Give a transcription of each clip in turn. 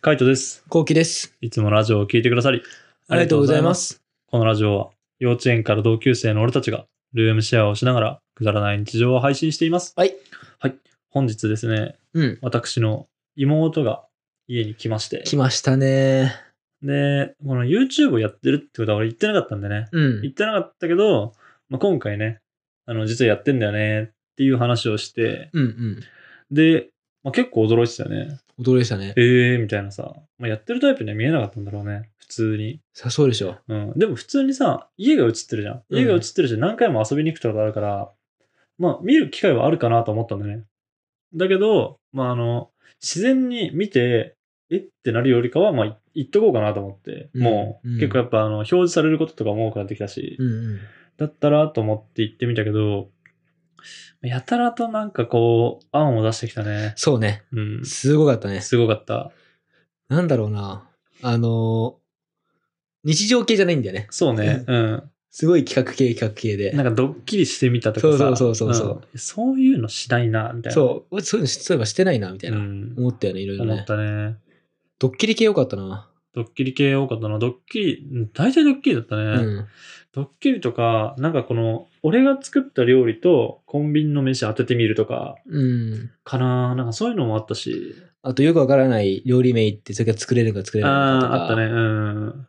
カイトです。こうきです。いつもラジオを聞いてくださり、ありがとうございま。す。このラジオは、幼稚園から同級生の俺たちが、ルームシェアをしながら、くだらない日常を配信しています。はい。はい。本日ですね、うん。私の妹が家に来まして、来ましたね。で、この YouTube をやってるってことは俺言ってなかったんでね。う言ん。ってなかったけど、まあ、今回ね、あの、実はやってんだよねっていう話をして、うんで、まあ、結構驚いてたよね。うん。驚いでしたね。えーみたいなさ、まあ、やってるタイプには見えなかったんだろうね、普通に。さそうでしょ。うん、でも普通にさ、家が映ってるじゃん。うん家が映ってるし、何回も遊びに行くってことあるから、まあ見る機会はあるかなと思ったんだよね。だけど、まああの、自然に見て、えってなるよりかは、まあ行っとこうかなと思って、うんもう、うん結構やっぱあの表示されることとかも多くなってきたし、うんうん。だったらと思って行ってみたけど、やたらとなんかこう、案を出してきたね。そうね。うん。すごかったね。すごかった。なんだろうな。あのー日常系じゃないんだよね。そうね。うん。すごい企画系企画系で。なんかドッキリしてみたとかさ。そうそうそうそうそうそんういうのしないな、みたいな。そう。そういうのしそういえばしてないな、みたいな。うん思ったよね、いろいろ思っね。たね。ドッキリ系良かったな。ドッキリ系多かったな。ドッキリ、うん大体ドッキリだったね。うん。ドッキリとか、なんかこの、俺が作った料理とコンビニの飯当ててみるとか、うん。かな。なんかそういうのもあったし。あと、よくわからない料理名言って、それが作れるか作れあないかとあか。ー、あったね。うん。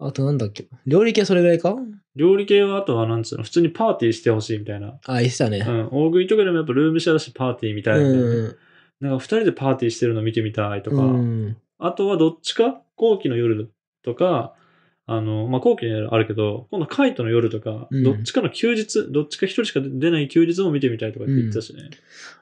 あと、なんだっけ。料理系はそれぐらいか料理系はあとは、なんつうの、普通にパーティーしてほしいみたいな。あ、言ってたね。うん。大食いとかでもやっぱルームシェアだしパーティーみたいな。うん。なんか二人でパーティーしてるの見てみたいとか。うん。あとはどっちか、後期の夜とか、あの、まあ、後期の夜あるけど、今度カイトの夜とか、うんどっちかの休日、どっちか一人しか出ない休日も見てみたいとかって言ってたしね。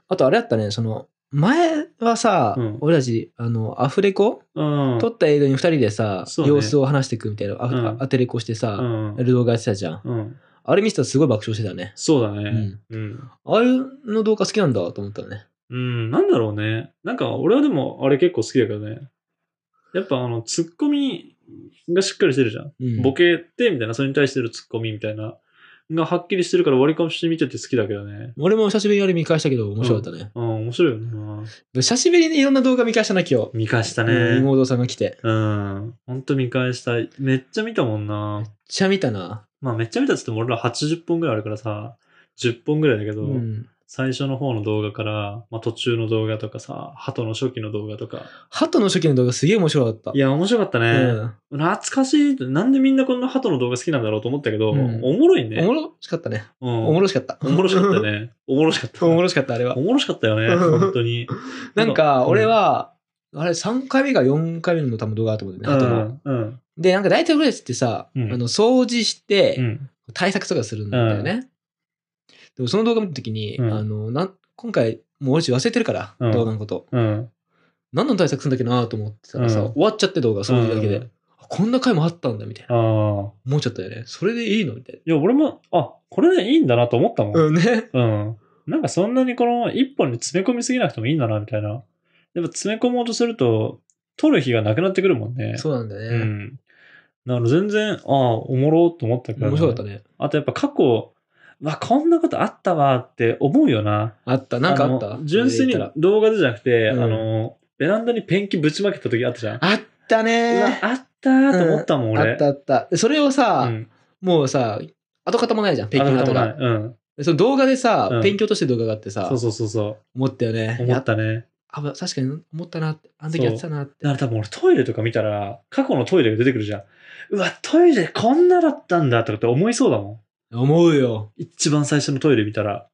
あとあれだったね、その、前はさ、うん俺たち、あの、アフレコ、うん。撮った映像に二人でさ、そうね様子を話していくみたいな、アフうんアテレコしてうさ、ん。やる動画やってたじゃん。うん。あれ見てたらすごい爆笑してたね。そうだね。うん。ああいうの動画好きなんだと思ったね。うん。なんだろうね。なんか、俺はでも、あれ結構好きだけどね。やっぱ、あの、ツッコミがしっかりしてるじゃん。うん、ボケて、みたいな、それに対してるツッコミみたいな、がはっきりしてるから割り込みして見てて好きだけどね。俺も久しぶりにあれ見返したけど面白かったね。うん、面白いよな。久しぶりにいろんな動画見返したな、今日。見返したね。うん妹さんが来て。うん。ほんと見返したい。めっちゃ見たもんな。めっちゃ見たな。まあめっちゃ見たっつっても俺ら80本ぐらいあるからさ、10本ぐらいだけど、うん。最初の方の動画から、まあ途中の動画とかさ、鳩の初期の動画とか。鳩の初期の動画すげえ面白かった。いや、面白かったうね。ん、懐かしい。なんでみんなこんな鳩の動画好きなんだろうと思ったけど、うんおもろいね。おもろしかったね。うんおもろしかった。おもろしかった。ね。おもろしかった。 おもろしかった、あれはお。もろしかったよね、うん本当に。なんか、俺は、あれ、3回目か4回目の多分動画だと思うんだうよね、鳩のん、うん、で、なんか大体俺たちってさ、うんあの掃除しうてん、対策とかするんだよね。でもその動画見たときに、うんあのなん今回、もう俺たち忘れてるから、うん動画のこと。うん。何の対策するんだっけなと思ってたらさ、うん終わっちゃって動画、掃除だけで。うんあこんな回もあったんだみたいな。ああ。思っちゃったよね。それでいいのみたいいや、俺も、あ、これでいいんだなと思ったもんな。。うんね。うん。なんかそんなにこの一本に詰め込みすぎなくてもいいんだな、みたいな。やっぱ詰め込もうとすると、取る日がなくなってくるもんね。そうなんだうね。ん。だから全然、ああ、おもろーと思ったから、面白かったね。あとやっぱ過去、わ、こんなことあったわって思うよな。あった。なんかあった。の純粋にそれで言った動画でじゃなくて、うんあの、ベランダにペンキぶちまけた時あったじゃん。うわ、らあったねあったーと思ったもん、俺。あったあった。でそれをさ、うん。もうさ、跡形もないじゃん、ペンキのあった跡もながい。。うん。その動画でさ、うんペンキ落としてる動画があってさ、そうそうそうそ思ったよね。う。思やっったね。あま確かに思ったなって、あの時やってたなって。だから多分俺トイレとか見たら、過去のトイレが出てくるじゃん。うわ、トイレこんなだったんだとかって思いそうだもん。思うよ。一番最初のトイレ見たら。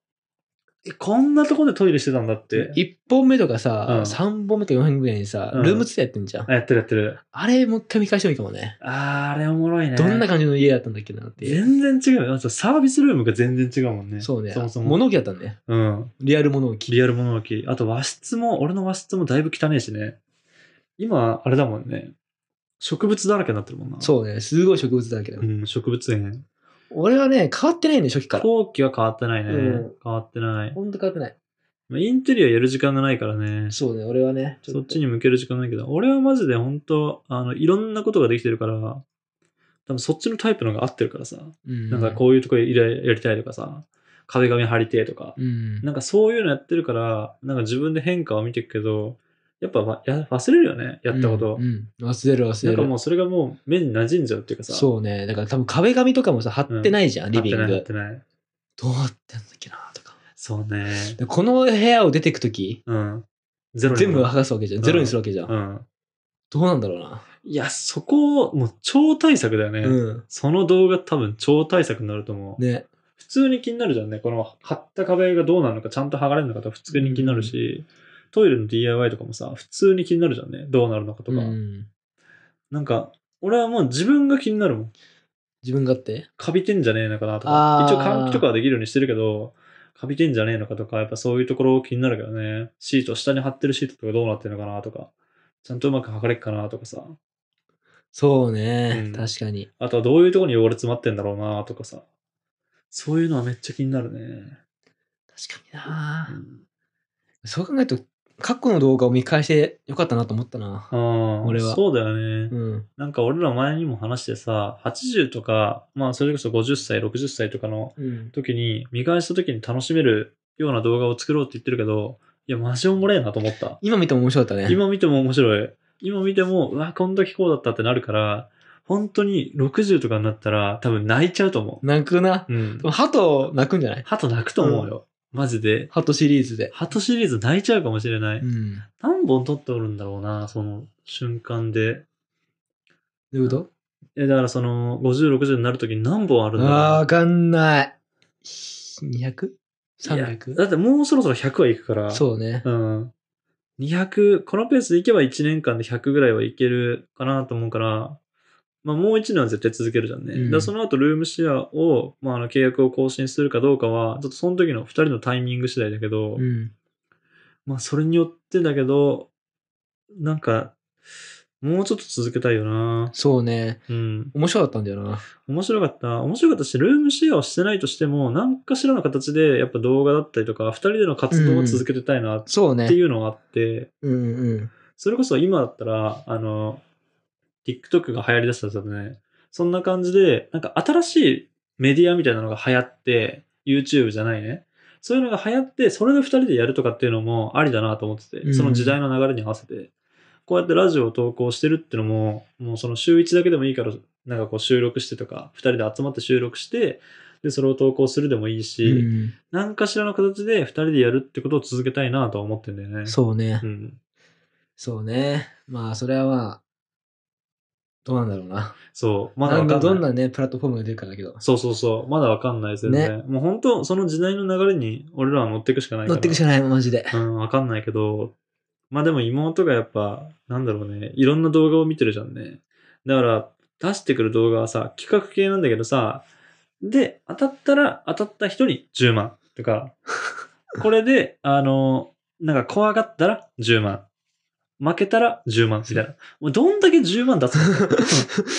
え、こんなとこでトイレしてたんだって。 1本目とかうんさ、三3本目か4本目ぐらいにさ、うんルーム2やってんじゃん。あ、やってるやってる。あれ、もう一回見返してもいいかもね。あー、あれおもろいね。どんな感じの家だったんだっけなっていう。全然違うよ。あとサービスルームが全然違うもんね。そうね。そもそも。物置だったんだね。うん。リアル物置。リアル物置。あと和室も、俺の和室もだいぶ汚いしね。今、あれだもんね。植物だらけになってるもんな。そうね。すごい植物だらけど、うん、植物園。俺はね、変わってないね、初期から。後期は変わってないね。うん変わってない。ほんと変わってない。まあインテリアやる時間がないからね。そうね、俺はね。そっちに。に向ける時間ないけど、俺はマジで本当あの、いろんなことができてるから、多分そっちのタイプのが合ってるからさ。うん、なんかこういうとこややりたいとかさ、壁紙貼りてえとか、うん。なんかそういうのやってるから、なんか自分で変化を見ていくけど、やっぱわや忘れるよね、やったこと。うん。うん忘れる忘なんれかるも。うそれがもう目に馴染んじゃうっていうかさ、そうね。だから多分壁紙とかもさ、貼ってないじゃん、リビン合っグ。てない合ってない。どうなってんだっけな、とか。そうね。でこの部屋を出てくとき、うん。ゼロに全部剥がすわけじゃん。ゼロにするわけじゃん。うん。どうなんだろうな。いや、そこ、もう超対策だよね。うん。その動画多分超対策になると思う。ね。普通に気になるじゃんね。この貼った壁がどうなるのか、ちゃんと剥がれるのかとか普通に気になるし、トイレの DIY とかもさ、普通に気になるじゃんね。どうなるのかとか。うんなんか、俺はもう自分が気になるもん。自分勝手カビてんじゃねえのかなとあか。一ー応換気とかはできるようにしてるけど、カビてんじゃねえのかとか、やっぱそういうところ気になるけどね。シート、下に貼ってるシートとかどうなってるのかなとか。ちゃんとうまく剥がれっかなとかさ。そうね、うん確かに。あとはどういうところに汚れ詰まってんだろうなとかさ。そういうのはめっちゃ気になるね。確かにな、うんそう考えると、過去の動画を見返してよかったなと思ったな。ああ、俺はそうだよね。うん。なんか俺ら前にも話してさ、80とか、まあそれこそ50歳、60歳とかのうん。時に、見返した時に楽しめるような動画を作ろうって言ってるけど、いや、マジおもれえなと思った。今見ても面白かったね。今見ても面白い。今見ても、うわ、こん時こうだったってなるから、本当に60とかになったら多分泣いちゃうと思泣くな。う。うんで。も鳩泣くんじゃない鳩泣くと思うよ。マジで。鳩シリーズで。鳩シリーズ泣いちゃうかもしれない。うん。ど何本撮っておるんだろうな、その瞬間で。ういうことえ、だからその、50、60になる時に何本あるんだろうなわかんない。いやだ 200?300? ってもうそろそろ100はいくから。う。そうね。うん。200、このペースでいけば1年間で100ぐらいはいけるかなと思うから、まあもう1年は絶対続けるじゃんね。うんだからその後ルームシェアを、まああの契約を更新するかどうかは、ちょっとその時の2人のタイミング次第だけど、うん。まあそれによってだけど、なんか、もうちょっと続けたいよな。そうね。うん。面白かったんだよな。面白かった。面白かったし、ルームシェアをしてないとしても、何かしらの形で、やっぱ動画だったりとか、二人での活動を続けてたいなっそうってね。いうのがあって、うんうん。それこそ今だったら、あの、TikTok が流行りだしたんですよね。そんな感じで、なんか新しいメディアみたいなのが流行って、YouTube じゃないね。そういうのが流行って、それで2人でやるとかっていうのもありだなと思ってうて、んその時代の流れに合わせて。こうやってラジオを投稿してるってのも、もうその週1だけでもいいから、なんかこう収録してとか、2人で集まって収録して、で、それを投稿するでもいいし、うん何かしらの形で2人でやるってことを続けたいなとは思ってんだよね。そうねう。ん。そうね。まあ、それはまあ、どうなんだろうな。そう、まだなわんかかどんんない。なね、プラットフォームが出るかだけど。そうそうそう、まだわかんないですよね。もう本当、その時代の流れに俺らは乗っていくしかないか乗ら。ってくしかない、マジで。 うん、わかんないけど、まあでも妹がやっぱ、なんだろうね、いろんな動画を見てるじゃんね。だから、出してくる動画はさ、企画系なんだけどさ、で、当たったら、当たった人に10万とか、これで、あの、なんか怖がったら10万。負けたら10万みたいな。もうどんだけ10万出す の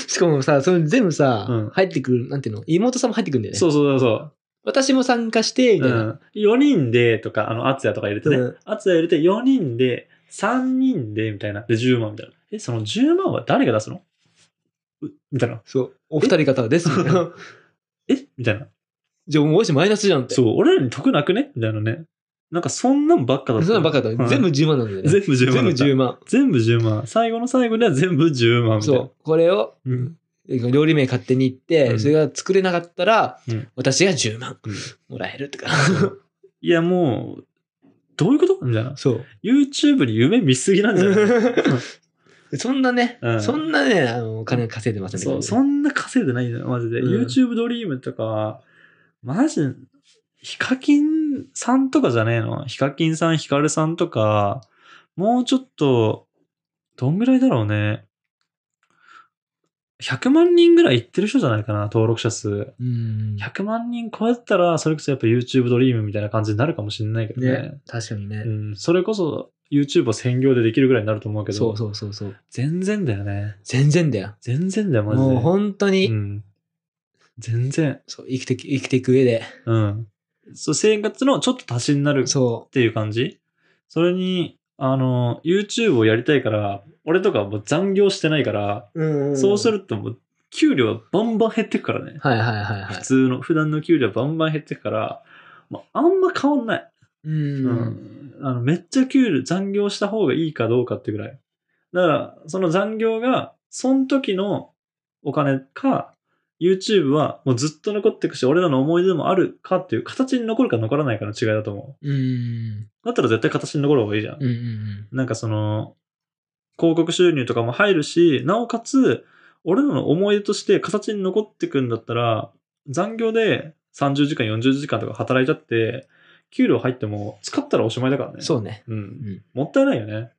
しかもさ、それ全部うさん、入ってくる、なんていうの妹さんも入ってくるんだよね。そうそうそうそう。私も参加して、みたいな。 4人でとか、あの、厚也とか入れてねうん。厚也入れて4人で、3人で、みたいな。で、10万みたいな。え、その10万は誰が出すのうみたいな。そう。お二人方です。みたい なえみたいな。じゃあ、もしマイナスじゃんって。そう、俺らに得なくねみたいなね。なんか、そんなんばっかだった。そんなのバカだった。全部10万なんだよね。 全部10全万部だった。 10万。全部10万。最後の最後では全部10万みたいな。そう。これを、うん料理名勝手に言って、うんそれが作れなかったら、うん私が10万うんもらえると か。いや、もう、どういうことみたいな。そう。 YouTube に夢見すぎなんじゃない そんなね、うんそんなね、あの、お金稼いでませんね。そう、そんな稼いでないんだよ、マジで。うん YouTube ドリームとか、マジ、ヒカキンさんとかじゃねえのヒカキンさん、ヒカルさんとか、もうちょっと、どんぐらいだろうね。100万人ぐらいいってる人じゃないかな、登録者数。うん。 100万人超えたら、それこそやっぱ YouTube ドリームみたいな感じになるかもしれないけどね。ね。確かにねう。ん、それこそ YouTube を専業でできるぐらいになると思うけど、そうそうそうそう。全然だよね。全然だよ。全然だよ、マジで。もう本当に、うん。全然。そう生きてく、生きていく上で、うん。そう、生活のちょっと足しになるっそていう感じそれに、あの、YouTube をやりたいから、俺とかはもう残業してないから、う。うんそうする。るともう、給料はバンバン減ってくからね。はいはいはいは普い。通の、普段の給料はバンバン減ってくから、まあ、あんま変わんない。うん。うんあのめっちゃ給料、残業した方がいいかどうかってぐらい。だから、その残業が、その時のお金か、YouTube はもうずっと残っていくし、俺らの思い出もあるかっていう、形に残るか残らないかの違いだと思うん。うんう。だったら絶対形に残る方がいいじゃん。うんうん。なんかその、広告収入とかも入るし、なおかつ、俺らの思い出として形に残ってくんだったら、残業で30時間、40時間とか働いちゃって、給料入っても使ったらおしまいだからね。そうね。うん。んもったいないよね。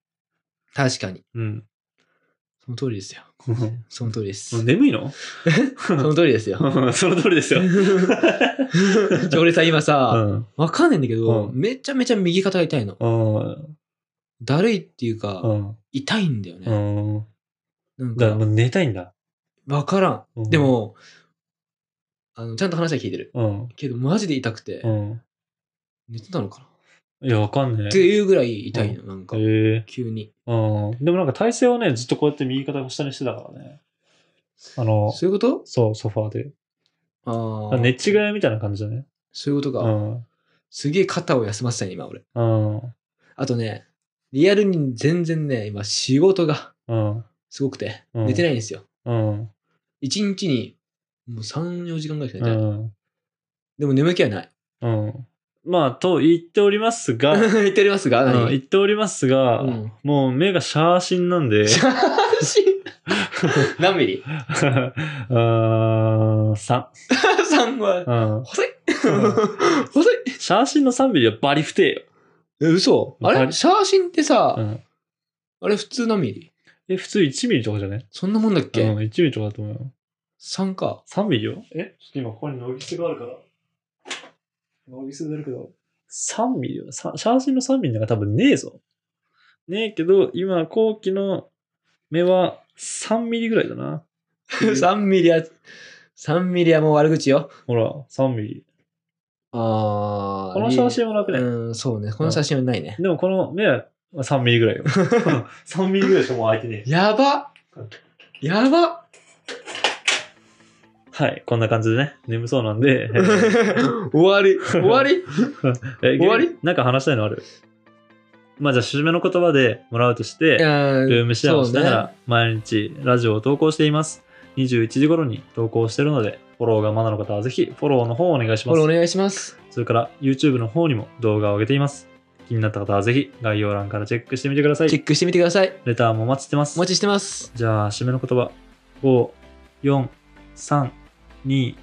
確かに。うん。その通りですよ。その通りです。眠いのその通りですよ。 その通りですよ。ちょ俺さ、今うさ、ん。わかんないんだけど、うんめちゃめちゃ右肩が痛いの。うん。だるいっていうか、うん。痛いんだよね。うん。なんだからかも、う寝たいんだ。わから。うんんでも、あの、ちゃんと話は聞いてる。うん。けど、マジで痛くてう、ん。寝てたのかないや、わかんねっえ。ていうぐらい痛いの、なんか、へえ急に。うん。でもなんか体勢をね、ずっとこうやって右肩を下にしてたからね。あの、そういうことそう、ソファーで。ああ。寝違いみたいな感じだね。そういうことうか。ん。すげえ肩を休ませたね、今、俺。うん。あとね、リアルに全然ね、今、仕事がうん。すごくて、うん寝てないんですよ。うん。一日に、もう3、4時間ぐらいしか寝うてない。ん。でも眠気はない。うん。まあ、と言っております が、うん言っておりますが、何言っておりますが、うんもう目がシャーシンなん で、写真何ミリ あーさ ?3 は。うん細い細いシャーシンの3ミリはバリ不定よ。え、嘘あバれリ写真ってさ、うんあれ普通何ミリえ、普通1ミリとかじゃねそんなもんだっうんけ、、 1ミリとかだと思うよ。三 ?3 か。 3ミリよえちょっと今ここにノギスがあるから。ノギス出るけど。3ミリよ。さシャーシンの3ミリなんか多分ねえぞ。ねえけど、今、後期の目は3ミリぐらいだな。 3ミリは、3ミリはもう悪口よ。ほら、3ミリ。あー。この写真も楽ね。うん、そうね。この写真はないね。でもこの目は3ミリぐ らいよ。3ミリぐらいしかもう開いてねえ。やばやばはい、こんな感じでね、眠そうなん で、終わり終わりえ終わりなんか話したいのあるまあじゃあ、締めの言葉でもらうとして、ルルームシェアをしながら、毎日ラジオを投稿しています。21時頃に投稿してるので、フォローがまだの方はぜひフォローの方をお願いしフォますローお。願いします。それから YouTube の方にも動画を上げています。気になった方はぜひ概要欄からチェックしてみてくださチェい。ックしてみてください。レターもお待ちしてますお。待ちしてます。じゃあ、締めの言葉。5、4、3、2、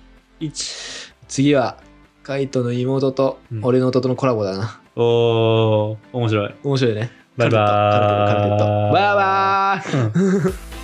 1。次は、カイトの妹とうん俺の弟のコラボだな。おー、面白い。面白いね。バイバーイ Mm. カルテットカルテットカルテットバイバーイうん